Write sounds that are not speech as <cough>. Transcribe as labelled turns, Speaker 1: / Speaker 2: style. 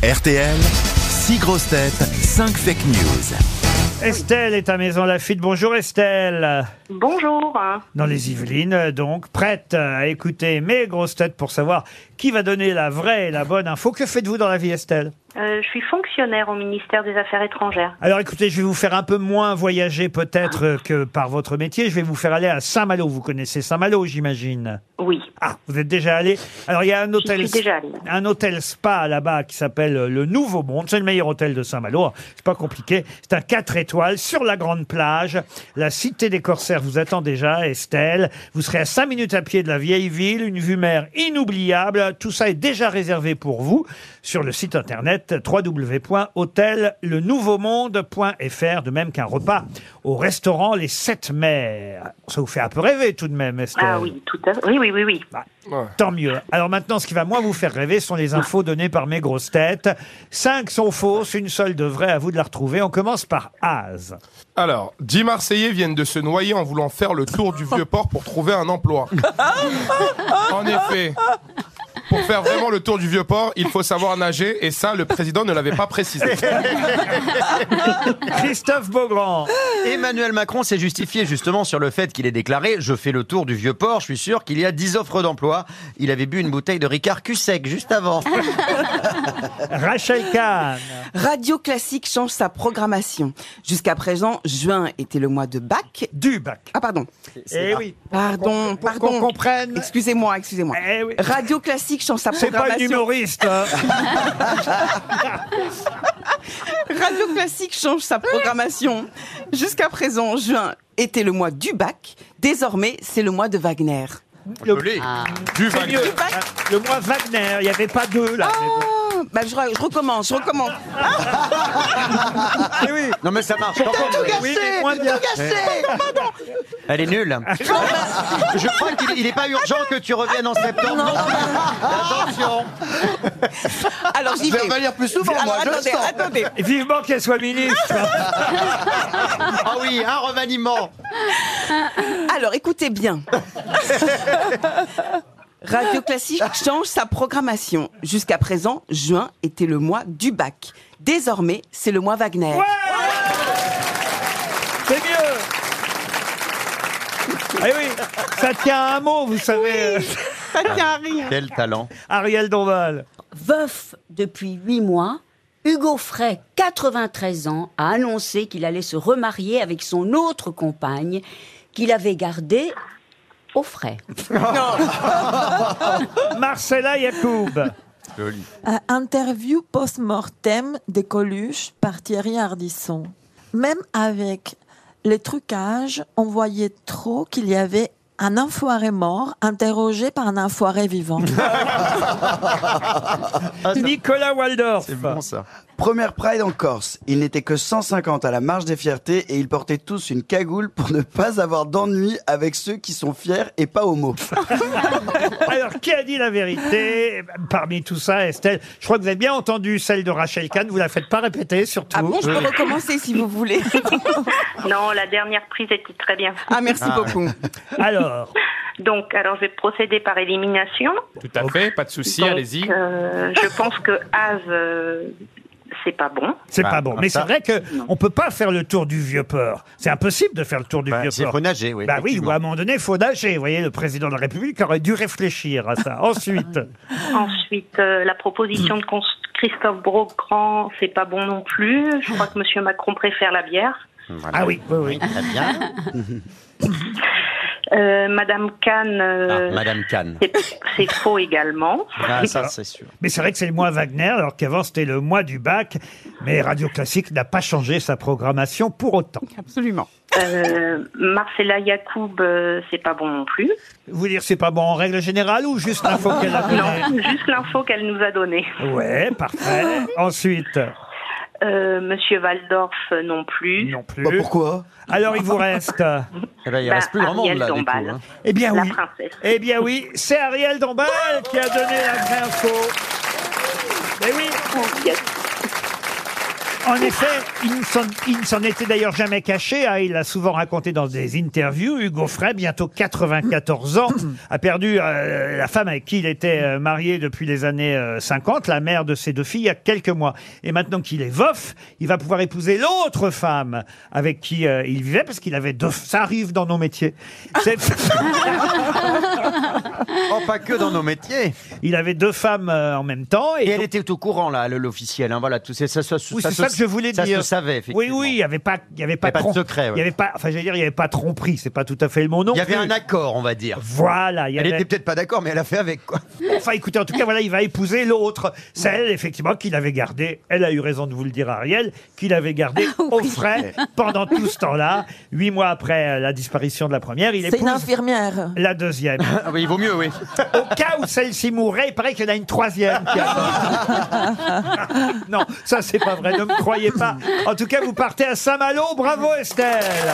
Speaker 1: RTL, 6 grosses têtes, 5 fake news.
Speaker 2: Estelle est à Maison Lafitte. Bonjour Estelle.
Speaker 3: Bonjour.
Speaker 2: Dans les Yvelines, donc, prête à écouter mes grosses têtes pour savoir qui va donner la vraie et la bonne info. Que faites-vous dans la vie, Estelle
Speaker 3: Euh, je suis fonctionnaire au ministère des Affaires étrangères.
Speaker 2: Alors écoutez, je vais vous faire un peu moins voyager peut-être euh, que par votre métier. Je vais vous faire aller à Saint-Malo. Vous connaissez Saint-Malo, j'imagine.
Speaker 3: Oui.
Speaker 2: Ah, vous êtes déjà allé. Alors il y a un hôtel,
Speaker 3: suis déjà allée.
Speaker 2: un hôtel spa là-bas qui s'appelle euh, le Nouveau Monde. C'est le meilleur hôtel de Saint-Malo. C'est pas compliqué. C'est un 4 étoiles sur la grande plage. La cité des corsaires vous attend déjà, Estelle. Vous serez à 5 minutes à pied de la vieille ville, une vue mer inoubliable. Tout ça est déjà réservé pour vous sur le site internet www.hôtellenouveaumonde.fr, de même qu'un repas au restaurant Les Sept Mers. Ça vous fait un peu rêver tout de même, Estelle.
Speaker 4: Euh.
Speaker 3: Ah oui, tout à fait. Oui, oui, oui, oui.
Speaker 2: Tant mieux. Alors maintenant, ce qui va moins vous faire rêver sont les infos données par mes grosses têtes. Cinq sont fausses, une seule de vraie, à vous de la retrouver. On commence par Az.
Speaker 5: Alors, dix Marseillais viennent de se noyer en voulant faire le tour du vieux port pour trouver un emploi. En effet, pour faire vraiment le tour du vieux port, il faut savoir nager, et ça, le président ne l'avait pas <laughs> précisé.
Speaker 2: Christophe Beaugrand.
Speaker 4: Emmanuel Macron s'est justifié justement sur le fait qu'il ait déclaré Je fais le tour du vieux port, je suis sûr qu'il y a 10 offres d'emploi. Il avait bu une bouteille de Ricard Cussec juste avant.
Speaker 2: Rachel Kahn.
Speaker 6: Radio Classique change sa programmation. Jusqu'à présent, juin était le mois de bac.
Speaker 2: Dubac.
Speaker 6: Ah pardon.
Speaker 2: Eh oui.
Speaker 6: Pardon,
Speaker 2: Pour qu'on
Speaker 6: pardon.
Speaker 2: comprenne.
Speaker 6: Excusez-moi, excusez-moi.
Speaker 2: Eh oui.
Speaker 6: Radio Classique change sa
Speaker 2: C'est pas une
Speaker 6: programmation.
Speaker 2: humoriste. hein.
Speaker 6: Radio Classique change sa programmation. Jusqu'à présent, juin était le mois du bac. Désormais, c'est le mois de Wagner.
Speaker 2: Le,
Speaker 4: Pelé.
Speaker 5: Du
Speaker 2: c'est mieux. Le mois Wagner. Il n'y avait pas deux, là. mais bon.
Speaker 6: Ah, bah, je, re- je recommence, je recommence.
Speaker 2: Eh oui.
Speaker 4: Non mais ça marche. quand même.
Speaker 2: Oui, mais moins bien.
Speaker 4: Elle est nulle. Je crois qu'il il est Ah, pas Ah, urgent que tu reviennes en septembre. Attention.
Speaker 6: Alors j'y vais.
Speaker 4: plus
Speaker 6: Alors, attendez, attendez.
Speaker 2: Et Vivement qu'elle soit ministre.
Speaker 4: Ah oui, un remaniement.
Speaker 6: Alors écoutez bien. Radio Classique change sa programmation. Jusqu'à présent, juin était le mois du bac. Désormais, c'est le mois Wagner.
Speaker 2: Ouais C'est mieux Eh oui, ça tient à un mot, vous savez, euh,
Speaker 6: Ça tient à rien.
Speaker 4: Quel talent.
Speaker 2: Ariel Dombal.
Speaker 7: Veuf depuis huit mois, Hugo Frey, 93 ans, a annoncé qu'il allait se remarier avec son autre compagne qu'il avait gardée au frais.
Speaker 2: Marcella Yacoub.
Speaker 4: Joli.
Speaker 8: Euh, interview post-mortem de Coluche par Thierry Ardisson. Même avec les trucages, on voyait trop qu'il y avait un enfoiré mort interrogé par un enfoiré vivant.
Speaker 2: Nicolas Waldorf.
Speaker 4: Ah, C'est bon ça.
Speaker 9: Première Pride en Corse. Ils n'étaient que 150 à la marche des fiertés et ils portaient tous une cagoule pour ne pas avoir d'ennui avec ceux qui sont fiers et pas
Speaker 4: <laughs>
Speaker 9: homo.
Speaker 2: Alors, qui a dit la vérité Parmi tout ça, Estelle, je crois que vous avez bien entendu celle de Rachel Kahn, vous la faites pas répéter surtout.
Speaker 6: Ah bon, je peux recommencer si vous voulez.
Speaker 3: Non, la dernière prise était très bien.
Speaker 6: Ah, merci
Speaker 4: Ah,
Speaker 6: beaucoup.
Speaker 2: Alors,
Speaker 3: Donc, alors je vais procéder par élimination.
Speaker 5: Tout à fait, pas de souci,
Speaker 3: Donc,
Speaker 5: allez-y.
Speaker 3: euh, je pense que Az, euh, c'est pas bon.
Speaker 2: c'est
Speaker 4: Bah,
Speaker 2: pas bon.
Speaker 4: comme
Speaker 2: Mais c'est
Speaker 4: ça.
Speaker 2: vrai que on peut pas faire le tour du vieux port. C'est impossible de faire le tour du
Speaker 4: Bah,
Speaker 2: vieux
Speaker 4: c'est
Speaker 2: port.
Speaker 4: faut nager, oui.
Speaker 2: Bah oui, ou
Speaker 4: effectivement.
Speaker 2: à un moment donné, il faut nager. Vous voyez, le président de la République aurait dû réfléchir à ça. Ensuite,
Speaker 3: Ensuite, euh, la proposition de cons- Christophe Brogrand, c'est pas bon non plus. Je crois que Monsieur Macron préfère la bière.
Speaker 4: Voilà.
Speaker 2: ah oui, oui, oui.
Speaker 4: Très bien. <laughs>
Speaker 3: Euh, Madame Kahn,
Speaker 4: Ah,
Speaker 3: euh,
Speaker 4: Madame Kahn.
Speaker 3: c'est- c'est faux également.
Speaker 4: Ah, ça c'est sûr.
Speaker 2: Mais c'est vrai que c'est le mois Wagner, alors qu'avant c'était le mois du bac. Mais Radio Classique n'a pas changé sa programmation pour autant.
Speaker 6: Absolument.
Speaker 3: Euh, Marcella Yacoub, euh, c'est pas bon non plus.
Speaker 2: Vous dire c'est pas bon en règle générale ou juste l'info qu'elle a donnée
Speaker 3: Non, juste l'info qu'elle nous a donnée.
Speaker 2: Ouais, parfait. Ensuite,
Speaker 3: Euh, Monsieur Waldorf euh, non plus.
Speaker 2: non plus.
Speaker 9: Bah pourquoi
Speaker 2: Alors il vous reste. euh,
Speaker 4: Eh ben, il
Speaker 3: Bah,
Speaker 4: reste plus grand monde
Speaker 3: Ariel
Speaker 4: là du coup.
Speaker 3: Dombal.
Speaker 4: hein.
Speaker 2: Eh bien
Speaker 3: La
Speaker 2: oui.
Speaker 3: princesse.
Speaker 2: Eh bien oui, c'est Ariel Dombal qui a donné la vraie info. Mais oui.
Speaker 3: Yes.
Speaker 2: Eh En effet, il ne s'en- il ne s'en était d'ailleurs jamais caché. hein. il l'a souvent raconté dans des interviews. Hugo Frey, bientôt 94
Speaker 3: <coughs>
Speaker 2: ans, a perdu euh, la femme avec qui il était euh, marié depuis les années euh, 50, la mère de ses deux filles, il y a quelques mois. Et maintenant qu'il est veuf, il va pouvoir épouser l'autre femme avec qui euh, il vivait, parce qu'il avait deux... Ça arrive dans nos
Speaker 3: <laughs>
Speaker 2: métiers. C'est-
Speaker 4: Oh, pas que dans nos métiers.
Speaker 2: il avait deux femmes euh, en même temps.
Speaker 4: Et
Speaker 2: Et,
Speaker 4: elle était au courant, là, le- l'officiel. Hein, voilà, tout c'est- ça, ça,
Speaker 2: Oui,
Speaker 4: ça
Speaker 2: c'est
Speaker 4: se-
Speaker 2: ça que je voulais
Speaker 4: ça
Speaker 2: dire.
Speaker 4: se
Speaker 2: Oui,
Speaker 4: savait, effectivement.
Speaker 2: oui, il n'y avait pas, il y avait pas,
Speaker 4: Il y avait pas de
Speaker 2: trom-
Speaker 4: secret, ouais.
Speaker 2: Il y avait pas, enfin, j'allais dire, il n'y avait pas tromperie. C'est pas tout à fait le mot non.
Speaker 4: Il y avait
Speaker 2: plus.
Speaker 4: un accord, on va dire.
Speaker 2: Voilà, il y
Speaker 4: Elle
Speaker 2: avait...
Speaker 4: était peut-être pas d'accord, mais elle a fait avec, quoi.
Speaker 2: Enfin, écoutez, en tout cas, voilà, il va épouser l'autre, celle, effectivement, qu'il avait gardée. Elle a eu raison de vous le dire, Ariel, qu'il avait gardée
Speaker 8: Ah
Speaker 2: au frais pendant tout ce temps-là. Huit mois après euh, la disparition de la première, <laughs> il
Speaker 8: C'est une
Speaker 2: épouse
Speaker 8: infirmière.
Speaker 2: la deuxième.
Speaker 4: Ah, oui, il vaut mieux, oui.
Speaker 2: Au cas où celle-ci mourrait, il paraît qu'il y en a une troisième. qui arrive. non, ça, c'est pas vrai. Ne me croyez pas. En tout cas, vous partez à Saint-Malo. Bravo, Estelle.